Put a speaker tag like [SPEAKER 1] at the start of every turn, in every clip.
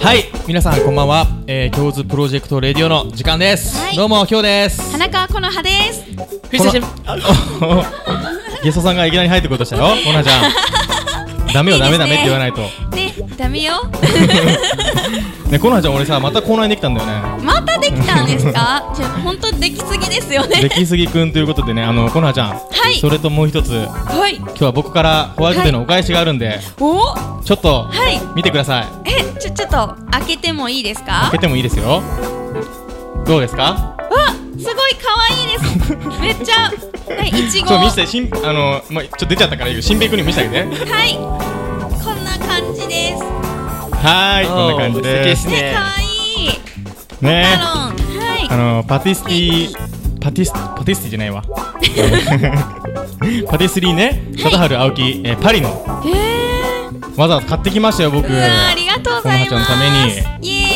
[SPEAKER 1] はい皆さんこんばんは、えー、京都プロジェクトレディオの時間です、
[SPEAKER 2] はい
[SPEAKER 1] どうも今日です
[SPEAKER 2] 花川この葉です。
[SPEAKER 1] この ゲソさんがいきなり入ってこうとしたよオナちゃ んダメよダメダメって言わないと
[SPEAKER 2] ね、ダメよ。
[SPEAKER 1] ねコナちゃん俺さまた口内にできたんだよね
[SPEAKER 2] またできたんです か？じゃあ本当できすぎですよ
[SPEAKER 1] 出
[SPEAKER 2] ね。
[SPEAKER 1] 来すぎくんということでねあのコナちゃん、
[SPEAKER 2] い
[SPEAKER 1] それともう一つ今
[SPEAKER 2] はい。
[SPEAKER 1] 日は僕からホワイトデーのお返しがあるんで、
[SPEAKER 2] お、
[SPEAKER 1] ちょっと
[SPEAKER 2] はい。
[SPEAKER 1] 見てください
[SPEAKER 2] え、ちょちょっと開けてもいいですか
[SPEAKER 1] 開け？てもいいですよどうですか
[SPEAKER 2] わ、すご い可愛いです。めっちゃ、はい、いちご。
[SPEAKER 1] そう見せ
[SPEAKER 2] は
[SPEAKER 1] てしんあのまあちょっと出ちゃったからいいよ新平君にも見せてあげて
[SPEAKER 2] い。こんな感じです。
[SPEAKER 1] はーいこんな感じで
[SPEAKER 3] 素
[SPEAKER 1] す
[SPEAKER 3] 敵
[SPEAKER 2] ね、
[SPEAKER 3] ね
[SPEAKER 2] 可愛いい。マ
[SPEAKER 1] ね
[SPEAKER 2] ロン。はい
[SPEAKER 1] あ。のパティスティパティスパティスティじゃないわ パティスリーね片春青木、えーパリの
[SPEAKER 2] へえ。
[SPEAKER 1] わざわざ買ってきましたよ僕
[SPEAKER 2] うわー、ありがとうございます。
[SPEAKER 1] この葉ちゃんのた
[SPEAKER 2] めに。イエ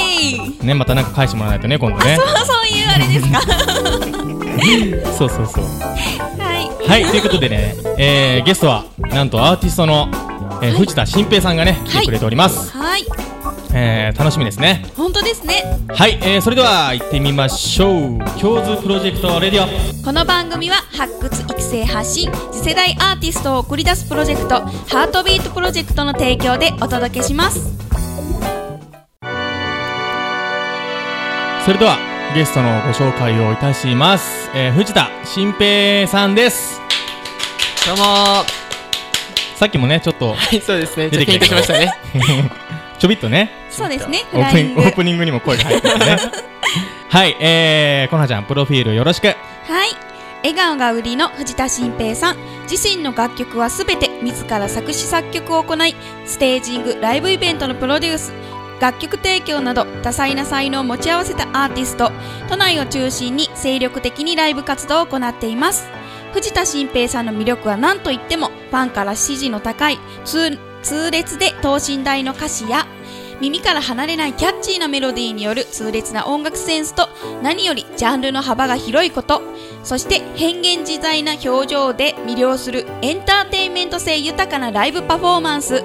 [SPEAKER 2] ーイ。
[SPEAKER 1] ねまたなんか返してもらわないとね今度
[SPEAKER 2] あ、
[SPEAKER 1] ね
[SPEAKER 2] そうそういうあれですか？
[SPEAKER 1] そうそうそう
[SPEAKER 2] はい。
[SPEAKER 1] はいということでね、えーゲストはなんとアーティストの、えー藤田新平さんがね来てくれております、
[SPEAKER 2] はい、
[SPEAKER 1] えー楽しみですね
[SPEAKER 2] 本当ですね。
[SPEAKER 1] はい、えーそれでは行ってみましょう京都プロジェクトレディオ
[SPEAKER 2] この番組は発掘育成発信次世代アーティストを送り出すプロジェクトハートビートプロジェクトの提供でお届けします。
[SPEAKER 1] それではゲストのご紹介をいたします、えー藤田新平さんです
[SPEAKER 3] どうもー
[SPEAKER 1] さっきもねちょっと
[SPEAKER 3] はい、 そうですね。ちょ
[SPEAKER 1] 出
[SPEAKER 3] って
[SPEAKER 1] き
[SPEAKER 3] と緊
[SPEAKER 1] た
[SPEAKER 3] 張しましたね。
[SPEAKER 1] ちょびっとね
[SPEAKER 2] そうですね。
[SPEAKER 1] オ
[SPEAKER 2] フ
[SPEAKER 1] ー
[SPEAKER 2] ラ
[SPEAKER 1] プ
[SPEAKER 2] イ
[SPEAKER 1] ニ
[SPEAKER 2] ン
[SPEAKER 1] ン
[SPEAKER 2] グ。
[SPEAKER 1] グオ
[SPEAKER 2] は
[SPEAKER 1] ープニングにも声が入ってますね はいえー、こなちゃんプロフィールよろしく
[SPEAKER 2] い。笑顔が売りの藤田新平さん自身の楽曲はすべて自ら作詞作曲を行いステージングライブイベントのプロデュース楽曲提供など多彩な才能を持ち合わせたアーティスト都内を中心に精力的にライブ活動を行っています藤田新平さんの魅力は何といってもファンから支持の高い痛痛烈で等身大の歌詞や耳から離れないキャッチーなメロディーによる痛烈な音楽センスと何よりジャンルの幅が広いことそして変幻自在な表情で魅了するエンターテインメント性豊かなライブパフォーマンス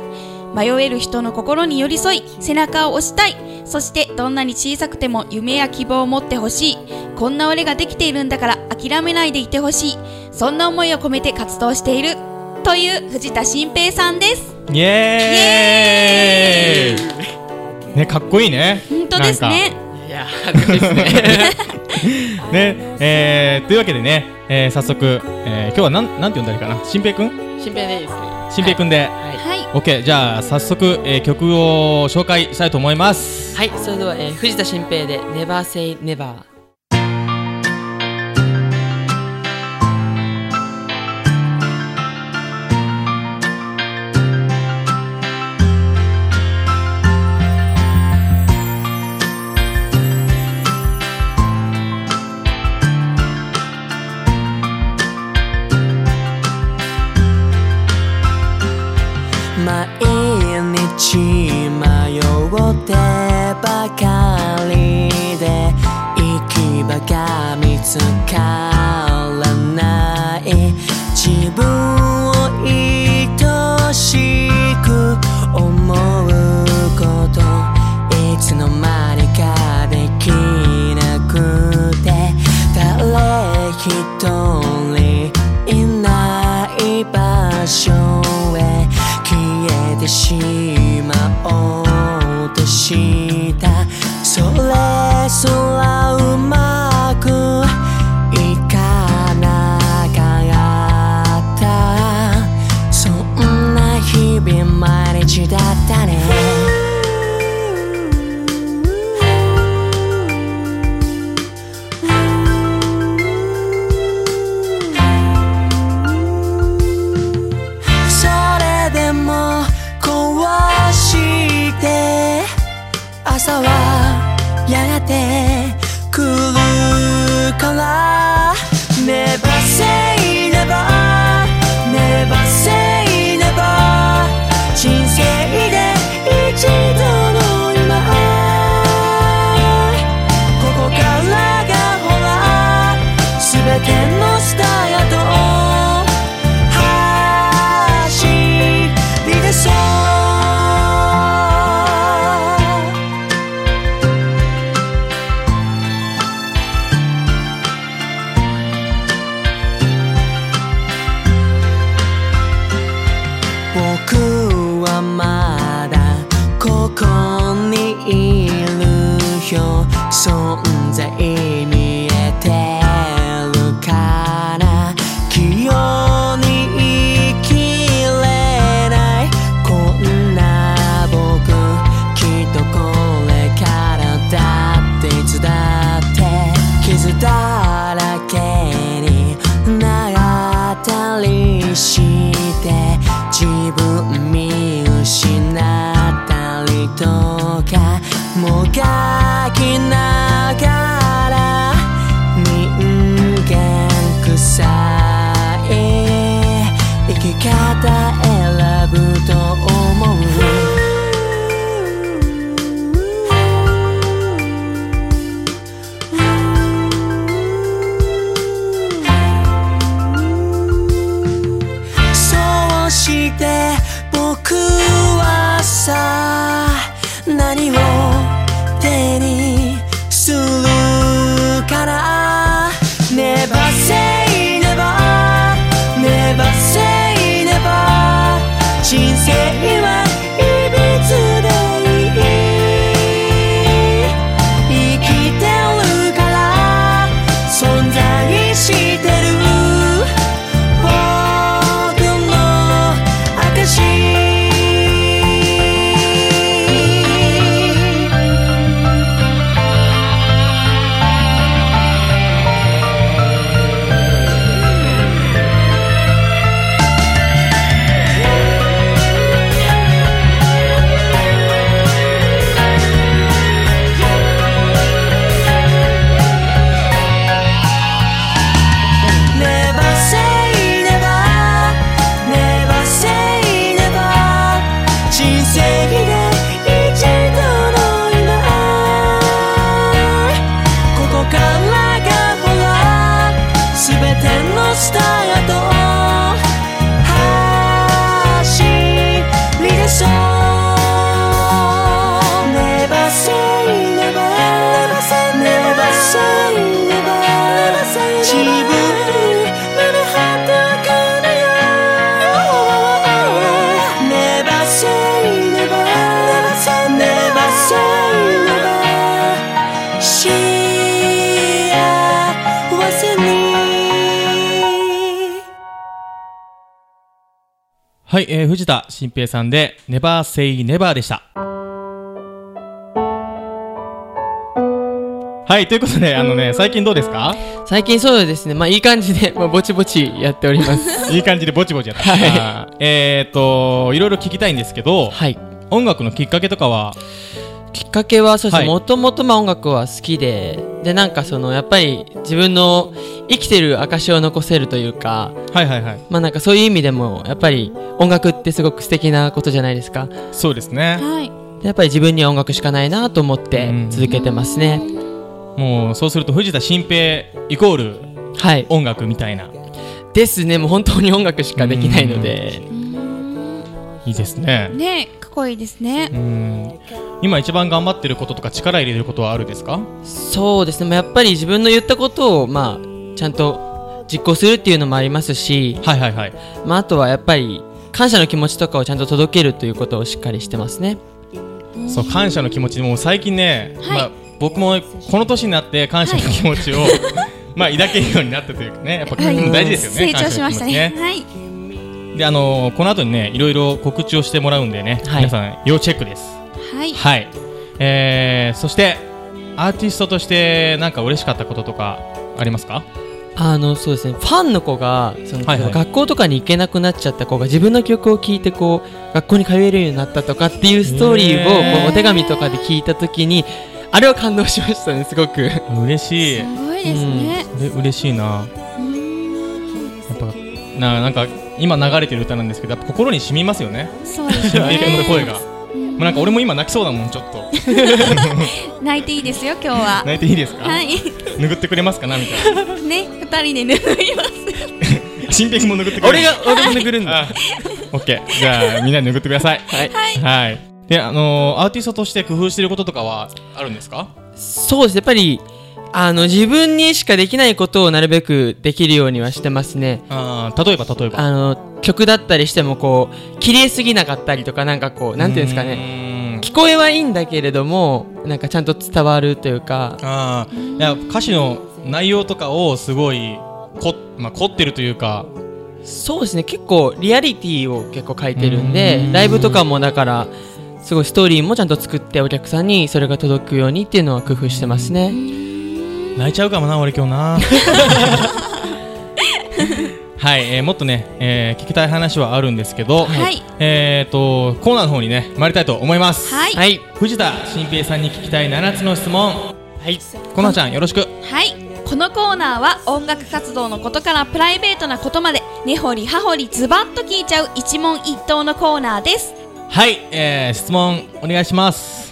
[SPEAKER 2] 迷える人の心に寄り添い背中を押したいそしてどんなに小さくても夢や希望を持ってほしいこんな俺ができているんだから諦めないでいてほしいそんな思いを込めて活動しているという藤田新平さんです
[SPEAKER 1] イエーイねかっこいいね
[SPEAKER 2] 本当ですね
[SPEAKER 3] いやー、 拍手ですね。
[SPEAKER 1] なんか ねえー、というわけでね、えー、早速、えー、今日はなんなんて呼んだらいいかな新平くん
[SPEAKER 3] 新平でいいですね。
[SPEAKER 1] 新平くんで、
[SPEAKER 3] は
[SPEAKER 2] はい
[SPEAKER 1] オッケーじゃあ早速、えー、曲を紹介したいと思います
[SPEAKER 3] い。はい、それでは、えー、藤田新平で Never Say Never。
[SPEAKER 4] 毎日迷ってばかりで行き場が見つからない自分を愛しく思うこといつの間にかできなくて誰一人いない場所へ消えてしまおうとしたそれすらうまくいかなかったそんな日々毎日だったねそれでも壊して朝はやがて来るから Never say never Never say never 人生で一度の今ここからがほら全てのスターやと走り出そう僕はまだここにいるよ存在見えてるかな器用に生きれないこんな僕きっとこれからだっていつだって傷だらけになったりして自分見失ったりとかもがきながら人間臭い生き方選ぶと思うそうして僕はさ何を手にするかな Never say never Never say never 人生はいびつでいい生きてるから存在してる僕の証「ネバセイネバネバセイネバ」「人生で一度の今」「ここからがほらすべてのスタート」「走り出そう」「ネバセイネバネバセイネバ」「自分のはたかなよ」「ネバセイネバネバセイネバ」「幸せに」
[SPEAKER 1] はい、えー、藤田新平さんで「ネバーセイネバーでした。はいということであのね最近どうです か
[SPEAKER 3] 最近そうですね。まあいい感じで、まあ ぼちぼちやっており ます。
[SPEAKER 1] いい感じでぼちぼちやった、あーえっ、ー、といろいろ聞きたいんですけど
[SPEAKER 3] はい。
[SPEAKER 1] 音楽のきっかけとかは
[SPEAKER 3] きっかけはそうです
[SPEAKER 1] はい
[SPEAKER 3] ね。もともとまあ音楽は好きで、でなんかそのやっぱり自分の生きてる証を残せるというか、
[SPEAKER 1] はいはいはい
[SPEAKER 3] まあなんかそういう意味でもやっぱり音楽ってすごく素敵なことじゃないですか。
[SPEAKER 1] そうですね
[SPEAKER 2] はい。
[SPEAKER 3] でやっぱり自分には音楽しかないなと思っ
[SPEAKER 1] う
[SPEAKER 3] て
[SPEAKER 1] ん
[SPEAKER 3] 続けてますね。
[SPEAKER 1] もうそうすると藤田新平イコール
[SPEAKER 3] はい。
[SPEAKER 1] 音楽みたいな
[SPEAKER 3] ですね。もう本当に音楽しかできないので。
[SPEAKER 1] いいですね
[SPEAKER 2] ねえ、かっこいいですね
[SPEAKER 1] う。ん今一番頑張ってることとか力入れてることはあるですか
[SPEAKER 3] そうですね、まあ、やっぱり自分の言ったことを、まあ、ちゃんと実行するっていうのもありますし、
[SPEAKER 1] はいはいはい
[SPEAKER 3] まあ、あとはやっぱり感謝の気持ちとかをちゃんと届けるということをしっかりしてますね。
[SPEAKER 1] そう感謝の気持ちでもう最近ね、
[SPEAKER 2] はい
[SPEAKER 1] まあ、僕もこの年になって感謝の気持ちを、 まあ抱けるようになったというかねやっぱ
[SPEAKER 2] はい
[SPEAKER 1] 大事ですよね、
[SPEAKER 2] 成長しましたね
[SPEAKER 1] 感謝の気持ち。
[SPEAKER 2] はい。
[SPEAKER 1] ねであのーこの後にねいろいろ告知をしてもらうんでね、
[SPEAKER 3] はい
[SPEAKER 1] 皆さん要チェックです
[SPEAKER 2] はい。
[SPEAKER 1] はい、えー、そしてアーティストとしてなんか嬉しかったこととかありますか
[SPEAKER 3] あのそうですね、ファンの子がその、
[SPEAKER 1] はいはい
[SPEAKER 3] 学校とかに行けなくなっちゃった子が自分の曲を聴いてこう学校に通えるようになったとかっていうストーリーをこ
[SPEAKER 1] へー
[SPEAKER 3] うお手紙とかで聞いた時にあれは感動しましたねすごく
[SPEAKER 1] 嬉しい
[SPEAKER 2] すごいですね。
[SPEAKER 1] うれ嬉しいな
[SPEAKER 2] うん
[SPEAKER 1] やっぱななんか今流れてる歌なんですけどやっぱ心に染みますよね
[SPEAKER 2] そうです
[SPEAKER 1] 新 平君の
[SPEAKER 2] ね。
[SPEAKER 1] 声が。もうなんか俺も今泣きそうだもんちょっ と
[SPEAKER 2] 泣いていいですよ、今日は。
[SPEAKER 1] 泣いていいですか、
[SPEAKER 2] はい。
[SPEAKER 1] 拭ってくれますかなみたい な
[SPEAKER 2] ね、二人で拭います。
[SPEAKER 1] 新平君も拭ってくれる
[SPEAKER 3] 俺が俺も拭るんだ
[SPEAKER 1] あオッケーじゃあみんなで拭ってください
[SPEAKER 3] はい
[SPEAKER 1] はいであのーアーティストとして工夫してることとかはあるんですか
[SPEAKER 3] そうですやっぱりあの自分にしかできないことをなるべくできるようにはしてますね
[SPEAKER 1] あー例えば例えば
[SPEAKER 3] あの曲だったりしてもこう綺麗すぎなかったりとかなんかこうなんていうんですかね
[SPEAKER 1] ね
[SPEAKER 3] 聞こえはいいんだけれどもなんかちゃんと伝わるというか
[SPEAKER 1] ああいや歌詞の内容とかをすごいこ、まあ、凝ってるというか
[SPEAKER 3] そうですね結構リアリティを結構書いてるんで
[SPEAKER 1] うん
[SPEAKER 3] ライブとかもだからすごいストーリーもちゃんと作ってお客さんにそれが届くようにっていうのは工夫してますね
[SPEAKER 1] 泣いちゃうかもな俺今日 なはい、えーもっとね、えー聞きたい話はあるんですけど、
[SPEAKER 2] はい
[SPEAKER 1] えー、とコーナーの方にね参りたいと思います、
[SPEAKER 2] はい
[SPEAKER 3] はい
[SPEAKER 1] 藤田新平さんに聞きたい7つの質問
[SPEAKER 3] はい
[SPEAKER 1] コナちゃんよろしく
[SPEAKER 2] はいこのコーナーは音楽活動のことからプライベートなことまで根掘り葉掘りズバッと聞いちゃう一問一答のコーナーです
[SPEAKER 1] はい、えー、質問お願いします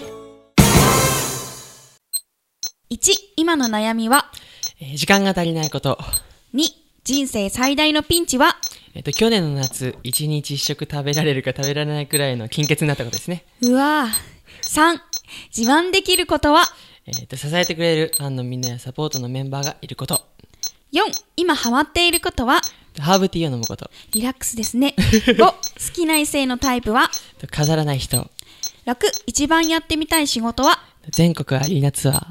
[SPEAKER 2] 1今の悩みは
[SPEAKER 3] えー時間が足りないこと
[SPEAKER 2] 2人生最大のピンチは
[SPEAKER 3] えっと、去年の夏、一日一食食べられるか食べられないくらいの金欠になったことですね。
[SPEAKER 2] うわぁ3自慢できることは
[SPEAKER 3] えっと、支えてくれるファンのみんなやサポートのメンバーがいること。
[SPEAKER 2] 4今ハマっていることは
[SPEAKER 3] ハーブティーを飲むこと。
[SPEAKER 2] リラックスですね5好きな異性のタイプは
[SPEAKER 3] えっと飾らない人。
[SPEAKER 2] 6一番やってみたい仕事は
[SPEAKER 3] 全国アリーナツアー。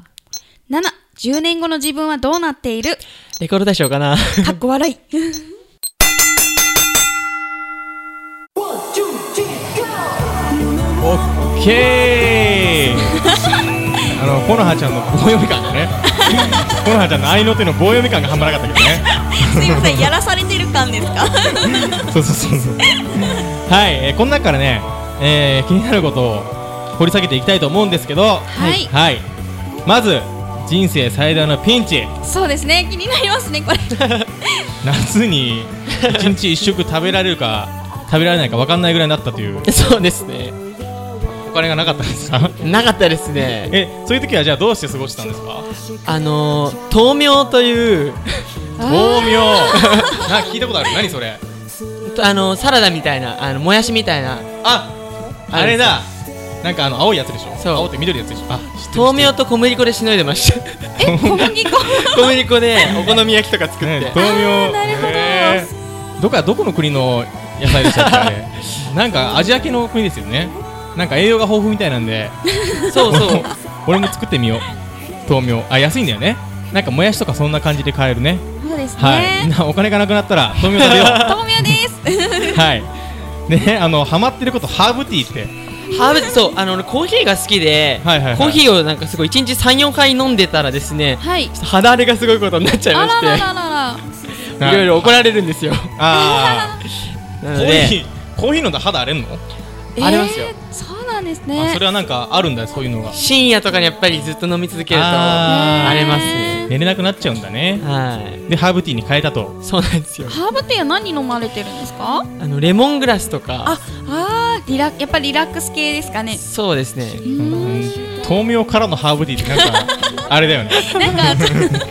[SPEAKER 2] 710年後の自分はどうなってい る
[SPEAKER 3] レコード大賞かな
[SPEAKER 2] かっこ笑い
[SPEAKER 1] オッケー あのコノハちゃんの棒読み感がねコノハちゃんの愛の手の棒読み感が半端なかったけどね
[SPEAKER 2] すいませんやらされてる感ですか
[SPEAKER 1] そうそうそうそう。はい、えー、この中からね、えー、気になることを掘り下げていきたいと思うんですけど、はいまず人生最大のピンチ、
[SPEAKER 2] そうですね気になりますねこれ
[SPEAKER 1] 夏に一日一食食べられるか食べられないか分かんないぐらいになったという
[SPEAKER 3] そうですね。
[SPEAKER 1] お金がなかったんですか？
[SPEAKER 3] なかったですね。
[SPEAKER 1] え、そういう時はじゃあどうして過ごしたんですか？
[SPEAKER 3] あのー、豆苗という、
[SPEAKER 1] 豆苗。 な聞いたことある？何それ？
[SPEAKER 3] あのー、サラダみたいな、あの、もやしみたいな、
[SPEAKER 1] あ、あれだ。なんかあの青いやつでしょ？
[SPEAKER 3] そう
[SPEAKER 1] 青って緑のやつでしょ？あ、知ってる
[SPEAKER 3] 豆苗と小麦粉でしのいでました。
[SPEAKER 2] え小麦 粉
[SPEAKER 3] 小麦粉でお好み焼きとか作って。
[SPEAKER 1] ね、豆
[SPEAKER 2] あー
[SPEAKER 1] 苗
[SPEAKER 2] なるほど
[SPEAKER 1] へーどこかどこの国の野菜でしたっけあれ なんかアジア系の国ですよねなんか栄養が豊富みたいなんで
[SPEAKER 3] そうそう。
[SPEAKER 1] 俺も作ってみよう豆苗あ安いんだよねなんかもやしとかそんな感じで買えるね
[SPEAKER 2] そうですね、
[SPEAKER 1] はいみんなお金がなくなったら豆苗食べよ
[SPEAKER 2] 豆苗です。
[SPEAKER 1] うはいでねあのハマってることハーブティーって
[SPEAKER 3] ハーブそうあの俺コーヒーが好きで、
[SPEAKER 1] はいはいはい
[SPEAKER 3] コーヒーをなんかすごい1日34回飲んでたらですね
[SPEAKER 2] はい
[SPEAKER 3] ちょ。っと肌荒れがすごいことになっちゃい
[SPEAKER 2] あ
[SPEAKER 3] ま
[SPEAKER 2] らら
[SPEAKER 3] し
[SPEAKER 2] らら
[SPEAKER 3] ていろいろ怒られるんですよ
[SPEAKER 1] あ
[SPEAKER 3] な
[SPEAKER 1] ー
[SPEAKER 3] の
[SPEAKER 1] コーヒ
[SPEAKER 3] で
[SPEAKER 1] ーコーヒー飲んだら肌荒れんの、
[SPEAKER 2] ら。
[SPEAKER 3] ありますよ
[SPEAKER 2] えーそうなんです
[SPEAKER 1] あ
[SPEAKER 2] ね
[SPEAKER 1] そ。れはなんかあるんだそういうのが
[SPEAKER 3] 深夜とかにやっぱりずっと飲み続けるとは
[SPEAKER 1] あ
[SPEAKER 3] ありますね
[SPEAKER 1] ー寝れなくなっちゃうんだね
[SPEAKER 3] い
[SPEAKER 1] でハーブティーに変えたと
[SPEAKER 3] そうなんですよ
[SPEAKER 2] ハーブティーは何飲まれてるんですか？
[SPEAKER 3] あのレモングラスとか
[SPEAKER 2] あ、あーリラやっぱリラックス系ですか ね。
[SPEAKER 3] そうですね
[SPEAKER 2] うーん
[SPEAKER 1] 豆苗からのハーブティーってなんかあれだよね
[SPEAKER 2] なんかちょ っと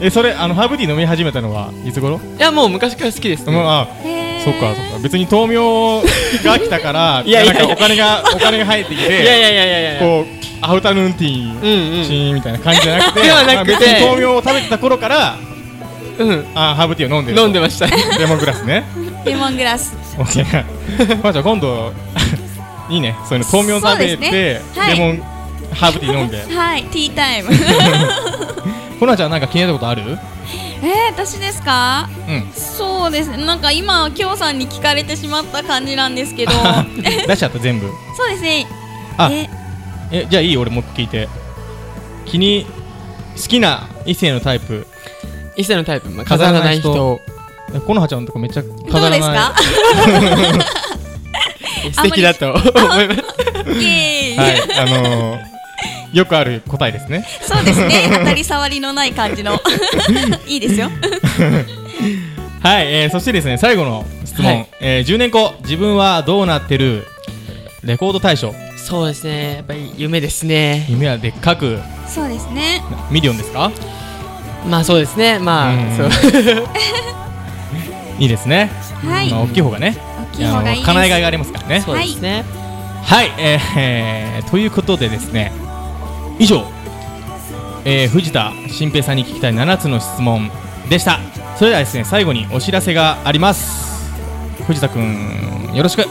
[SPEAKER 1] えそれあのハーブティー飲み始めたのはいつ頃、
[SPEAKER 3] いやもう昔から好きです
[SPEAKER 1] う
[SPEAKER 3] ね、
[SPEAKER 1] ん、あ
[SPEAKER 2] へー
[SPEAKER 1] そっかそっか別に豆苗が来たから
[SPEAKER 3] いやいやいや
[SPEAKER 1] なんかお金がお金が入ってきて
[SPEAKER 3] いやいやいやいやいや
[SPEAKER 1] こうアフタヌーンティー、
[SPEAKER 3] うんうん
[SPEAKER 1] チーンみたいな感じじゃなくて
[SPEAKER 3] ではなくて
[SPEAKER 1] まあ別に豆苗を食べてた頃から
[SPEAKER 3] うん
[SPEAKER 1] あハーブティーを飲んでる
[SPEAKER 3] 飲んでました
[SPEAKER 1] すレモングラス ね
[SPEAKER 2] レモングラス。
[SPEAKER 1] オッケーまあじゃあ今度 いいねそういうの豆苗食べ
[SPEAKER 2] そう
[SPEAKER 1] て、
[SPEAKER 2] ですねは
[SPEAKER 1] レ
[SPEAKER 2] い
[SPEAKER 1] モンハーブティー飲んで
[SPEAKER 2] はい、ティータイム。
[SPEAKER 1] ほなちゃんなんか気になったことあるうん
[SPEAKER 2] えー、私ですか？そうですね。なんか今きょうさんに聞かれてしまった感じなんです けど、
[SPEAKER 1] 出しちゃった全部
[SPEAKER 2] そうですね。
[SPEAKER 1] あ
[SPEAKER 2] え
[SPEAKER 1] えじゃあいい俺もう一個聞いて気に好きな異性のタイプ
[SPEAKER 3] 伊勢のタイプ、まあ、飾らない
[SPEAKER 1] 飾ら
[SPEAKER 3] 人
[SPEAKER 1] えこのはちゃんとかめっちゃ飾
[SPEAKER 2] ど
[SPEAKER 1] ら
[SPEAKER 2] う
[SPEAKER 1] ない
[SPEAKER 2] ですか？
[SPEAKER 3] え素敵だと思いま
[SPEAKER 2] イ
[SPEAKER 3] す
[SPEAKER 2] エーイ。
[SPEAKER 1] はいあのー、よくある答えですね
[SPEAKER 2] そうですね。当たり障りのない感じの いいですよ。
[SPEAKER 1] はい、えー、そしてですね最後の質問、
[SPEAKER 3] はい
[SPEAKER 1] えー、10年後自分はどうなってるレコード大賞
[SPEAKER 3] そうですねやっぱり夢ですね
[SPEAKER 1] 夢はでっかく
[SPEAKER 2] そうですね。
[SPEAKER 1] ミリオンですか
[SPEAKER 3] まあそうですねま
[SPEAKER 1] う
[SPEAKER 3] あ
[SPEAKER 1] ん
[SPEAKER 3] そう
[SPEAKER 1] いいですね、
[SPEAKER 2] はい。
[SPEAKER 1] まあ、大きい方がね
[SPEAKER 2] 大きい方がい
[SPEAKER 1] あ
[SPEAKER 2] いで
[SPEAKER 1] の
[SPEAKER 2] す。
[SPEAKER 1] 叶えがいがありますからね
[SPEAKER 3] そうですね、
[SPEAKER 1] はい、えーえーということでですね以上えー藤田新平さんに聞きたい7つの質問でしたそれではですね最後にお知らせがあります藤田くんよろしく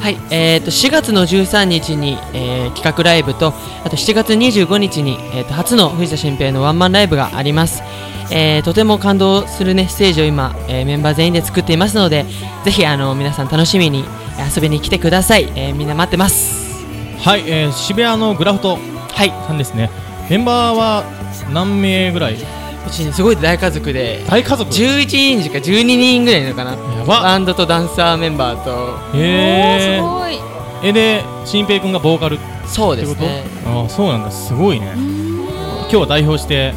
[SPEAKER 3] はい、えー、と4月の13日に、えー企画ライブとあと7月25日に、えー、と初の藤田新平のワンマンライブがあります、えーとても感動する、ね、ステージを今、えーメンバー全員で作っていますのでぜひあの皆さん楽しみにえー遊びに来てください、えーみんな待ってます
[SPEAKER 1] はい、えー渋谷のグラフト
[SPEAKER 3] はい
[SPEAKER 1] さんですねメンバーは何名ぐらいう
[SPEAKER 3] ちねすごい大家族で
[SPEAKER 1] 大家族
[SPEAKER 3] 11人か12人ぐらいいるのかな
[SPEAKER 1] やば
[SPEAKER 3] バンドとダンサーメンバーと
[SPEAKER 1] へえ
[SPEAKER 2] おーす
[SPEAKER 1] えで新平くんがボーカル
[SPEAKER 3] そ
[SPEAKER 1] っ
[SPEAKER 3] うで
[SPEAKER 1] て
[SPEAKER 3] す
[SPEAKER 1] こと、
[SPEAKER 3] ね
[SPEAKER 1] ああそうなんだすごいね今日は代表して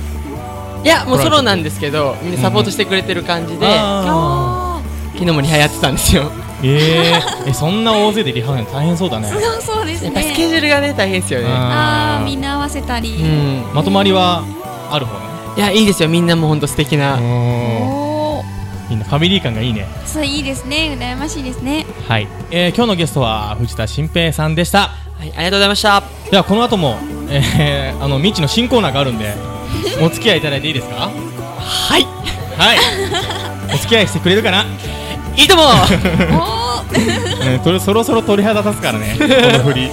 [SPEAKER 3] いやもうソロなんですけどみんなサポートしてくれてる感じで、
[SPEAKER 1] あ
[SPEAKER 2] あ
[SPEAKER 3] 昨日もリハやってたんですよ
[SPEAKER 1] ーえー、えそんな大勢でリハやるの大変そうだね
[SPEAKER 2] ーすごいそうです
[SPEAKER 3] やっぱスケ
[SPEAKER 2] ね
[SPEAKER 3] ジュールがね大変ですよね
[SPEAKER 2] あ
[SPEAKER 1] あ
[SPEAKER 2] ーみ
[SPEAKER 1] ー
[SPEAKER 2] んな合わせたり、
[SPEAKER 3] うん
[SPEAKER 1] まとまりはある方ね
[SPEAKER 3] いやいいですよみんなもうほんと素敵な、
[SPEAKER 1] お
[SPEAKER 2] おお
[SPEAKER 1] みんなファミリー感がいいね
[SPEAKER 2] そういいですね羨ましいですね
[SPEAKER 1] はい、えー、今日のゲストは藤田新平さんでした
[SPEAKER 3] はい、ありがとうございました
[SPEAKER 1] ではこの後も、えー、あの未知の新コーナーがあるんでお付き合いいただいていいですか
[SPEAKER 3] はい
[SPEAKER 1] はいお付き合いしてくれるかな、
[SPEAKER 3] いいとも
[SPEAKER 2] おー
[SPEAKER 1] う ん、とそろそろ鳥肌立つからねこの振り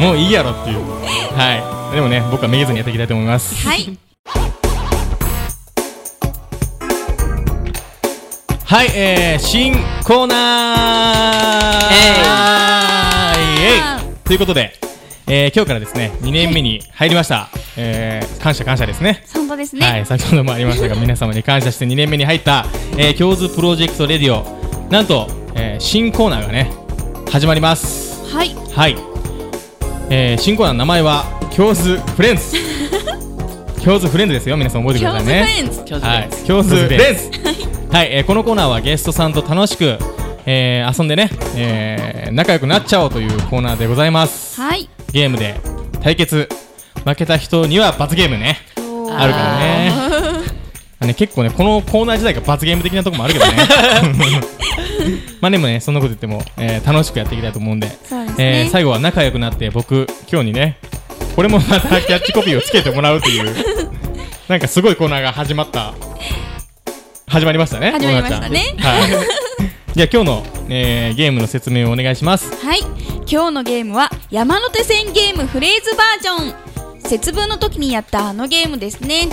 [SPEAKER 1] もういいやろっていうはいでもね僕はめげずにやっていきたいと思います
[SPEAKER 2] はい
[SPEAKER 1] はい、えー、新コーナー、
[SPEAKER 2] えい
[SPEAKER 1] イエイということで、えー、今日からですね2年目に入りました、えー、感謝感謝ですね
[SPEAKER 2] 本当ですね、
[SPEAKER 1] はい先ほどもありました が皆様に感謝して2年目に入った「えー、京ズプロジェクトレディオ」なんと、えー、新コーナーがね始まります
[SPEAKER 2] はい
[SPEAKER 1] はい、えー、新コーナーの名前は「京ズフレン ズ」「京ズフレンズ」ですよ皆さん覚えてくださいね
[SPEAKER 2] フレンズ
[SPEAKER 3] 今日
[SPEAKER 1] は、
[SPEAKER 3] はい
[SPEAKER 1] 共通です。はい、えーこのコーナーはゲストさんと楽しく、えー遊んでね、えー仲良くなっちゃおうというコーナーでございます。
[SPEAKER 2] はい
[SPEAKER 1] ゲームで対決、負けた人には罰ゲームね、あるからね。あのね結構ねこのコーナー自体が罰ゲーム的なとこもあるけど ね。まあでもねそんなこと言っても、えー楽しくやっていきたいと思うんで、
[SPEAKER 2] そうですね
[SPEAKER 1] えー最後は仲良くなって僕今日にねこれもまたキャッチコピーをつけてもらうという なんかすごいコーナーが始まった始まりましたね
[SPEAKER 2] 始まりましたね
[SPEAKER 1] コーナーちゃんはいじゃあ今日の、えーゲームの説明をお願いします
[SPEAKER 2] はい今日のゲームは山手線ゲームフレーズバージョン節分の時にやったあのゲームですね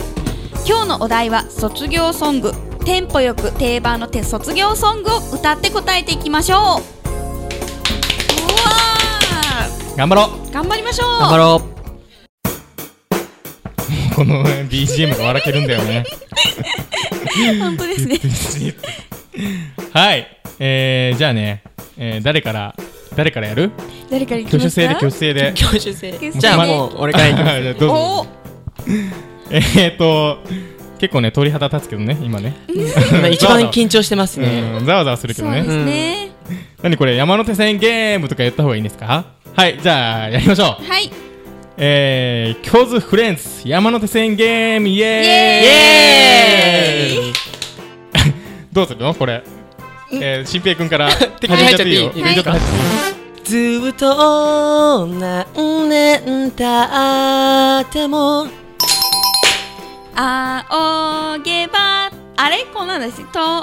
[SPEAKER 2] 今日のお題は卒業ソングテンポよく定番のて卒業ソングを歌って答えていきましょううわ
[SPEAKER 1] 頑張ろ
[SPEAKER 2] ー頑張りましょう
[SPEAKER 3] 頑張ろう
[SPEAKER 1] うこのね BGM が笑けるんだよね
[SPEAKER 2] 本当 ですね
[SPEAKER 1] はい、えー、じゃあね、えー誰から誰からやる
[SPEAKER 2] 誰からいき
[SPEAKER 1] 挙
[SPEAKER 2] ま
[SPEAKER 1] 手
[SPEAKER 2] す
[SPEAKER 1] 制
[SPEAKER 2] か
[SPEAKER 1] で挙手制で
[SPEAKER 3] 教授生
[SPEAKER 2] 手制
[SPEAKER 3] じゃあもう俺からいき ま
[SPEAKER 1] はいじゃあどうぞ
[SPEAKER 2] おー
[SPEAKER 1] えー、っと結構ね鳥肌立つけどね今ね
[SPEAKER 3] す今一番緊張してますね
[SPEAKER 1] うんざわざわするけ
[SPEAKER 2] そ
[SPEAKER 1] ど
[SPEAKER 2] うで
[SPEAKER 1] ね
[SPEAKER 2] すね、
[SPEAKER 1] 何これ山手線ゲームとかやった方がいいんですかはいじゃあやりましょう
[SPEAKER 2] はい
[SPEAKER 1] えー、京ズフレンズ山手線ゲームイエーイ
[SPEAKER 2] イエーイ
[SPEAKER 1] どうするのこれえー、新平くんから
[SPEAKER 3] 手から入っちゃっていい
[SPEAKER 1] 始めちゃっていいよ
[SPEAKER 5] ずっと何年経っても
[SPEAKER 2] あおげばあれこんなんですとお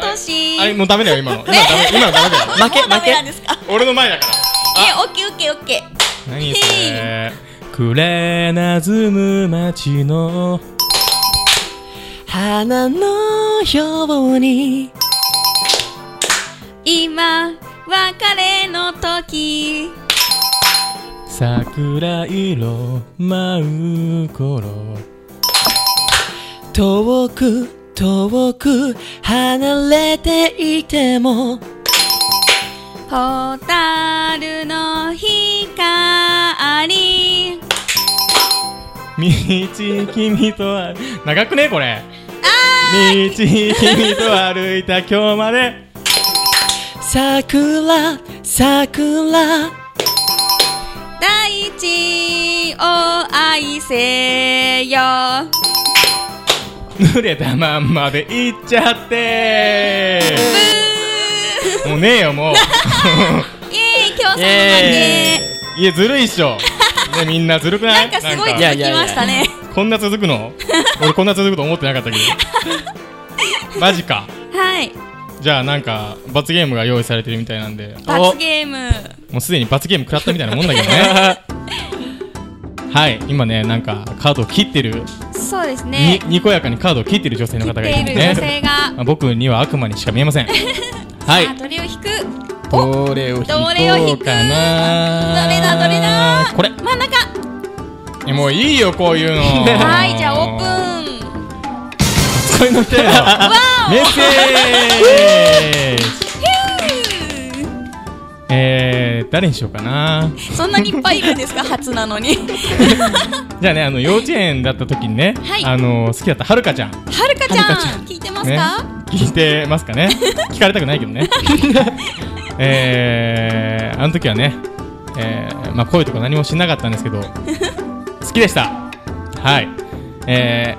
[SPEAKER 2] とし
[SPEAKER 1] あれもうダメだよ今 の今のダメ今のダメだよ
[SPEAKER 3] 負け
[SPEAKER 2] もうダメ
[SPEAKER 3] 負け
[SPEAKER 2] なんですか
[SPEAKER 1] 俺の前だから
[SPEAKER 2] え、オッケーオッケーオッケー。
[SPEAKER 1] 何それくれなずむ街の
[SPEAKER 5] 花のように
[SPEAKER 2] 今、別れの時。
[SPEAKER 1] 桜色舞う頃
[SPEAKER 5] 遠く遠く離れていても
[SPEAKER 2] ホタルの光。
[SPEAKER 1] 道君とあ長くねこれ道君と歩いた今日まで
[SPEAKER 5] 桜桜
[SPEAKER 2] 大地を愛せよ。
[SPEAKER 1] 濡れたまんまで行っちゃ って もうねえよもう
[SPEAKER 2] イエーイ、今日さんの負
[SPEAKER 3] イエ
[SPEAKER 2] け。
[SPEAKER 1] いやずるいっしょねみんなずるくな
[SPEAKER 2] ないんかすごい
[SPEAKER 1] なんか
[SPEAKER 2] 続
[SPEAKER 3] やい
[SPEAKER 2] きましたね。
[SPEAKER 1] こんな続く の俺こんな続くと思ってなかったけどマジか
[SPEAKER 2] はい。
[SPEAKER 1] じゃあなんか罰ゲームが用意されてるみたいなんで
[SPEAKER 2] 罰ゲーム。
[SPEAKER 1] もうすでに罰ゲーム食らったみたいなもんだ けどねはい今ねなんかカードを切ってる、
[SPEAKER 2] そうですね。
[SPEAKER 1] ににこやかにカードを切ってる女性の方がい
[SPEAKER 2] 来
[SPEAKER 1] るん
[SPEAKER 2] てい
[SPEAKER 1] で
[SPEAKER 2] る
[SPEAKER 1] ね
[SPEAKER 2] 女性が。
[SPEAKER 1] まあ僕には悪魔にしか見えま せんはい
[SPEAKER 2] さあ鳥を引く。お
[SPEAKER 1] どれを引
[SPEAKER 2] どれを
[SPEAKER 1] こ
[SPEAKER 2] 引
[SPEAKER 1] う
[SPEAKER 2] く。どれ
[SPEAKER 1] かな
[SPEAKER 2] だどれだ。
[SPEAKER 1] これ
[SPEAKER 2] 真ん中。
[SPEAKER 1] えもういいよこういうの
[SPEAKER 2] はいじゃあオ
[SPEAKER 1] ン
[SPEAKER 2] ープン。
[SPEAKER 1] 使いの手だ
[SPEAKER 2] わお。
[SPEAKER 1] メッセージ
[SPEAKER 2] ヒュー
[SPEAKER 1] えー、誰にしようかな
[SPEAKER 2] そんなにいっぱいいるん ですか初なのに。
[SPEAKER 1] じゃあねあの幼稚園だった時にね、
[SPEAKER 2] はい
[SPEAKER 1] あの好きだったはるかちゃん
[SPEAKER 2] はるかち
[SPEAKER 1] はるかち
[SPEAKER 2] ゃ
[SPEAKER 1] ゃ
[SPEAKER 2] ん聞いてます
[SPEAKER 1] ね
[SPEAKER 2] か？、
[SPEAKER 1] 聞いてますかね聞かれたくないけどねえー、あの時はね、えーまあ、恋とか何もしなかったんですけど好きでしたはいえ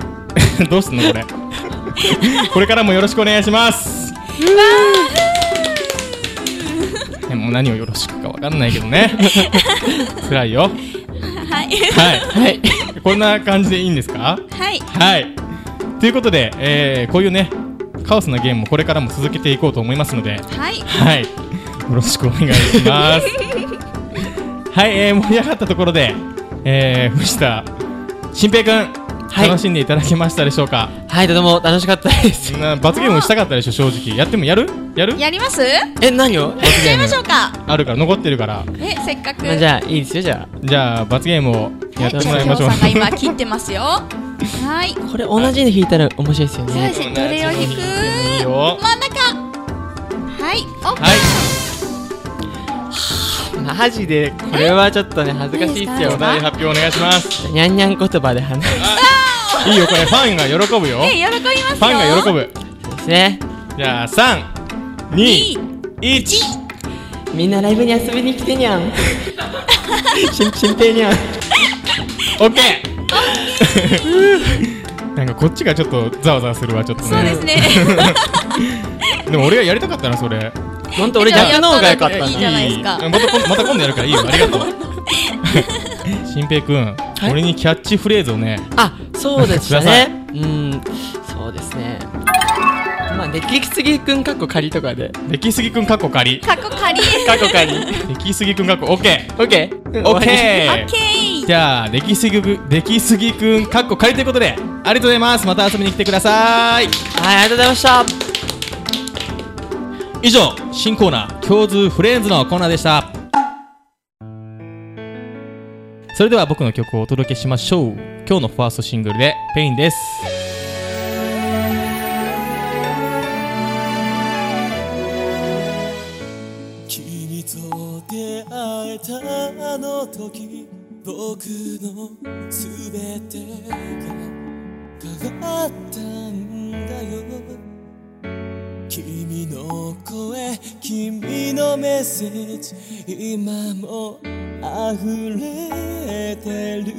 [SPEAKER 1] ー、 どうすんのこれこれからもよろしくお願いしますえもう何をよろしくかわかんないけどね辛いよ
[SPEAKER 2] はい。
[SPEAKER 1] はい、はい、こんな感じでいいんですか
[SPEAKER 2] はい。
[SPEAKER 1] はい。ということで、えーこういうね、カオスなゲームもこれからも続けていこうと思いますので、
[SPEAKER 2] はい。
[SPEAKER 1] はい。よろしくお願いします。はい、えー盛り上がったところで、えー藤田新平くん、
[SPEAKER 3] はい
[SPEAKER 1] 楽しんでいただけましたでしょうか。
[SPEAKER 3] はい、とても楽しかったです。
[SPEAKER 1] な罰ゲームしたかったでしょ、正直。やってもやるやる
[SPEAKER 2] やります？やっ
[SPEAKER 3] え、何を
[SPEAKER 2] ちゃいましょうか。
[SPEAKER 1] あるから、残ってるから。
[SPEAKER 2] えせっかく。
[SPEAKER 3] まあじゃあ、いいですよ、じゃ
[SPEAKER 1] じゃあ、罰ゲームをやって
[SPEAKER 2] じ
[SPEAKER 1] も
[SPEAKER 2] ゃあ
[SPEAKER 1] らい
[SPEAKER 2] きょ
[SPEAKER 1] ま
[SPEAKER 2] う
[SPEAKER 1] しょう。
[SPEAKER 2] さんが今切ってますよ。はい。
[SPEAKER 3] あ。これ、同じの引いたら面白いですよ
[SPEAKER 2] そうで
[SPEAKER 3] ね。
[SPEAKER 2] すね。どれを引く？
[SPEAKER 1] いいよ
[SPEAKER 2] 真ん中。はい。オープン。
[SPEAKER 1] はい
[SPEAKER 3] マジで、これはちょっとね、恥ずかしいっす
[SPEAKER 1] じゃあ、
[SPEAKER 3] よ
[SPEAKER 1] お。題発表お願いします。
[SPEAKER 3] にゃんにゃん言葉で話す
[SPEAKER 1] いいよ、これ、ファンが喜ぶよ。
[SPEAKER 2] え喜びますよ。
[SPEAKER 1] ファンが喜。ぶ。
[SPEAKER 3] ですね。
[SPEAKER 1] じゃあ、三、二、一。
[SPEAKER 3] みんなライブに遊びに来てにゃん。 しん、しんぺいにゃん。
[SPEAKER 1] オッケー。なんかこっちがちょっとざわざわするわちょっとね。
[SPEAKER 2] そうですね。
[SPEAKER 1] でも俺がやりたかったなそれ。
[SPEAKER 3] ほんと、俺逆の方が良かった
[SPEAKER 2] い
[SPEAKER 3] な。
[SPEAKER 2] いじゃないですか
[SPEAKER 1] いいまた今また今度やる からいいよありがとう。新平くん、
[SPEAKER 3] い
[SPEAKER 1] 俺にキャッチフレーズをね。
[SPEAKER 3] あ、そうで した
[SPEAKER 1] なん
[SPEAKER 3] ね。うん、そうですね。まあ、出来すぎくんかっこ仮とかで。
[SPEAKER 1] 出来すぎくん過去仮。
[SPEAKER 2] 過去仮。
[SPEAKER 3] かっこ仮。
[SPEAKER 1] 出来すぎくん過去オッケ
[SPEAKER 3] オッケー。
[SPEAKER 1] ー。オッ
[SPEAKER 2] オ
[SPEAKER 1] ケ
[SPEAKER 2] ッケ
[SPEAKER 1] ー。
[SPEAKER 2] ー。
[SPEAKER 1] じゃあ出来すぎく出来すぎくん過去仮ということでありがとうございます。また遊びに来てください。
[SPEAKER 3] はい、ありがとうございました。
[SPEAKER 1] 以上新コーナー共通フレンズのコーナーでしたそれでは僕の曲をお届けしましょう今日のファーストシングルで「ペインです
[SPEAKER 4] 君と出会えたあの時僕の全てが変わったんだよ君の声君のメッセージ今も溢れてる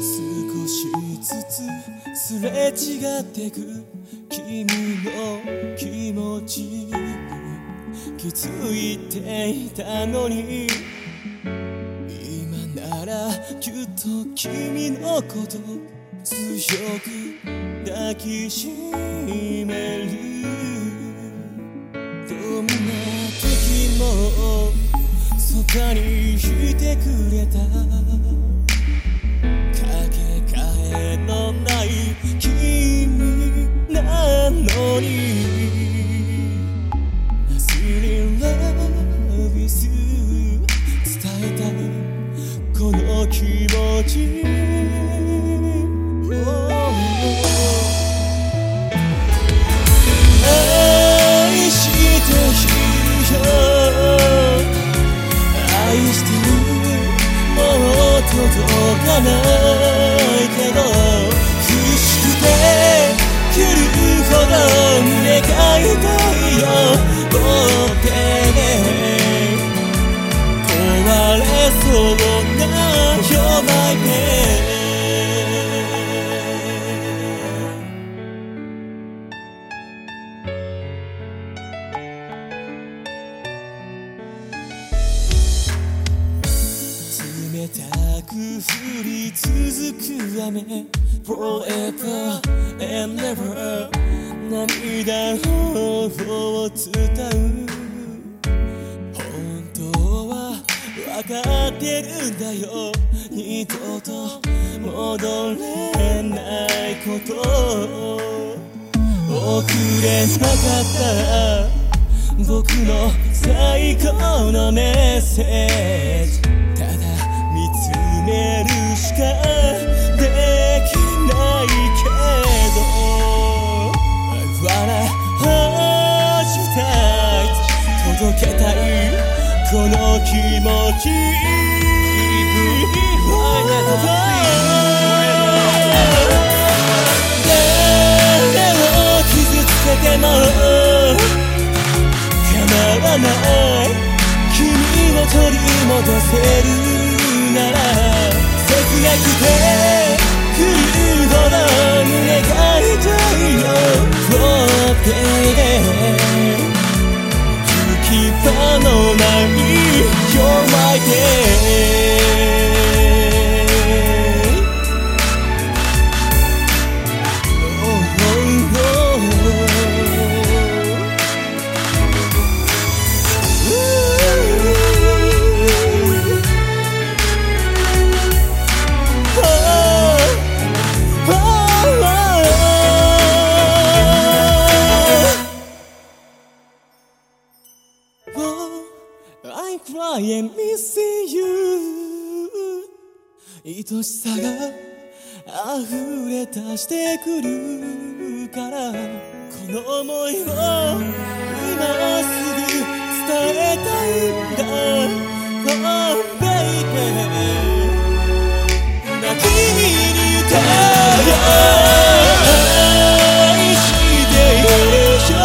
[SPEAKER 4] 少しずつすれ違ってく君の気持ちに気づいていたのに今ならきっと君のこと強く抱きしめるどんな時もそばにいてくれたかけがえのない君なのに Still love is you 伝えたいこの気持ち Oh 愛してるよ愛してるもう降り続く雨 Forever and never 涙の頬を伝う本当は分かってるんだよ二度と戻れないこと遅れなかった僕の最高のメッセージただ見つめるしかできないけど I wanna hold you tight 届けたいこの気持ち誰を傷つけても構わない君を取り戻せるなら切なくて来るほど胸が痛いよ Oh baby 吹き場のない弱いでI cry and miss you 愛しさが溢れ出してくるからこの想いを今すぐ伝えたいんだ Oh baby 泣きに歌う愛しているよ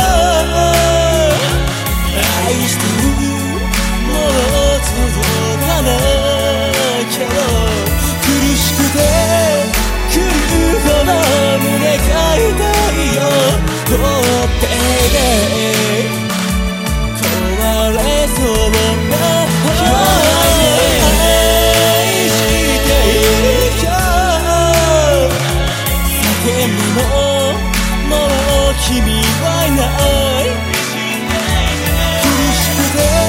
[SPEAKER 4] 愛してるもう届かなきゃ苦しくて来るほど胸が痛いよとってで壊れそうな愛しているよ叫びももう君はいない苦しくて来るほど胸が痛いよ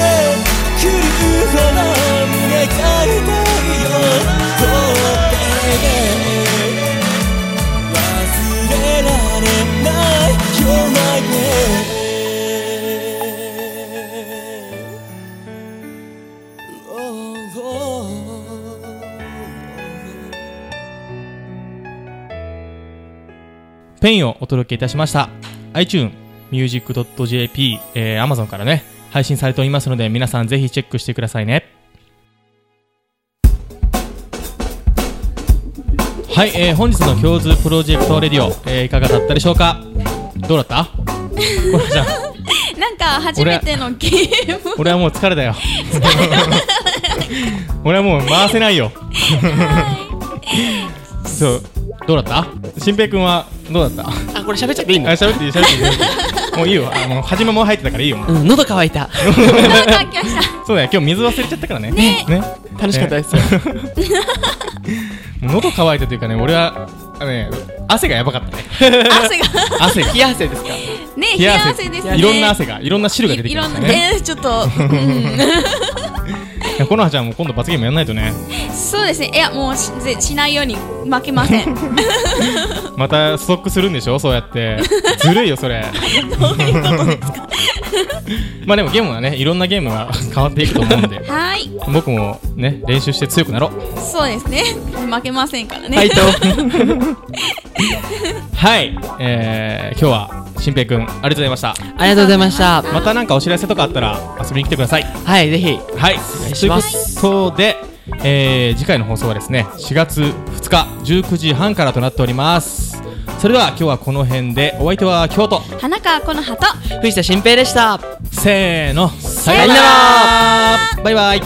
[SPEAKER 4] Oh baby 忘れられない You're my baby Oh, oh, oh.
[SPEAKER 1] ペインをお届けいたしました。iTune、music.jp、えー、Amazon からね、配信されておりますので、皆さんぜひチェックしてくださいね。はい、えー、本日の共通プロジェクトレディオ、えー、いかがだったでしょうかどうだったコラちゃん、
[SPEAKER 2] なんか初めてのゲーム
[SPEAKER 1] 俺はもう疲れたよ。俺はもう回せないよ。そう、どうだった新平君はどうだった
[SPEAKER 3] あこれ喋っちゃっていいの
[SPEAKER 1] あ、喋っていい、喋っていい喋っていい。もういいよ。あの、初めもう入ってたからいいよ。もう
[SPEAKER 3] うん喉乾いた
[SPEAKER 2] なんか来ました
[SPEAKER 1] そうだよ。今日水忘れちゃったからね。
[SPEAKER 2] ね
[SPEAKER 3] 楽しかったです
[SPEAKER 1] ねもう喉乾いたというかね、俺は、あのね、汗がやばかったね。
[SPEAKER 2] 汗が
[SPEAKER 1] 汗が。
[SPEAKER 3] 冷や汗ですか
[SPEAKER 2] ね 冷や汗ですね
[SPEAKER 1] いろんな汗が、いろんな汁が出て
[SPEAKER 2] い
[SPEAKER 1] き
[SPEAKER 2] いろ
[SPEAKER 1] ま
[SPEAKER 2] ん
[SPEAKER 1] し
[SPEAKER 2] な
[SPEAKER 1] たね。
[SPEAKER 2] えーちょっと、うん、
[SPEAKER 1] いやこのはちゃんもう今度罰ゲームやんないとね。
[SPEAKER 2] そうですねいやもうしぜしないように負けませんど
[SPEAKER 1] またストックするんでしょそうやって。ずるいよ、それ。
[SPEAKER 2] ういうことですか
[SPEAKER 1] まあでもゲームはね、いろんなゲームが 変わっていくと思うんで。
[SPEAKER 2] はい
[SPEAKER 1] 僕もね、練習して強くなろう。
[SPEAKER 2] そうですね負けませんからね
[SPEAKER 1] はい、と。はい、えー、今日は、新平くん、ありがとうございました。
[SPEAKER 3] ありがとうございました
[SPEAKER 1] またなんかお知らせとかあったら遊びに来てください。
[SPEAKER 3] はいぜひ
[SPEAKER 1] はい、
[SPEAKER 3] 願いします
[SPEAKER 1] ということで、えー、次回の放送はですね、4月2日19時半からとなっております。それでは今日はこの辺で、お相手は京都。
[SPEAKER 2] 花川この葉と
[SPEAKER 3] 藤田新平でした
[SPEAKER 1] せーの、さ
[SPEAKER 2] ような
[SPEAKER 1] らバイバイ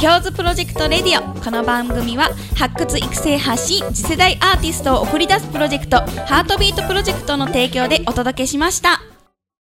[SPEAKER 2] 京ズプロジェクトレディオこの番組は発掘育成発信次世代アーティストを送り出すプロジェクトハートビートプロジェクトの提供でお届けしました。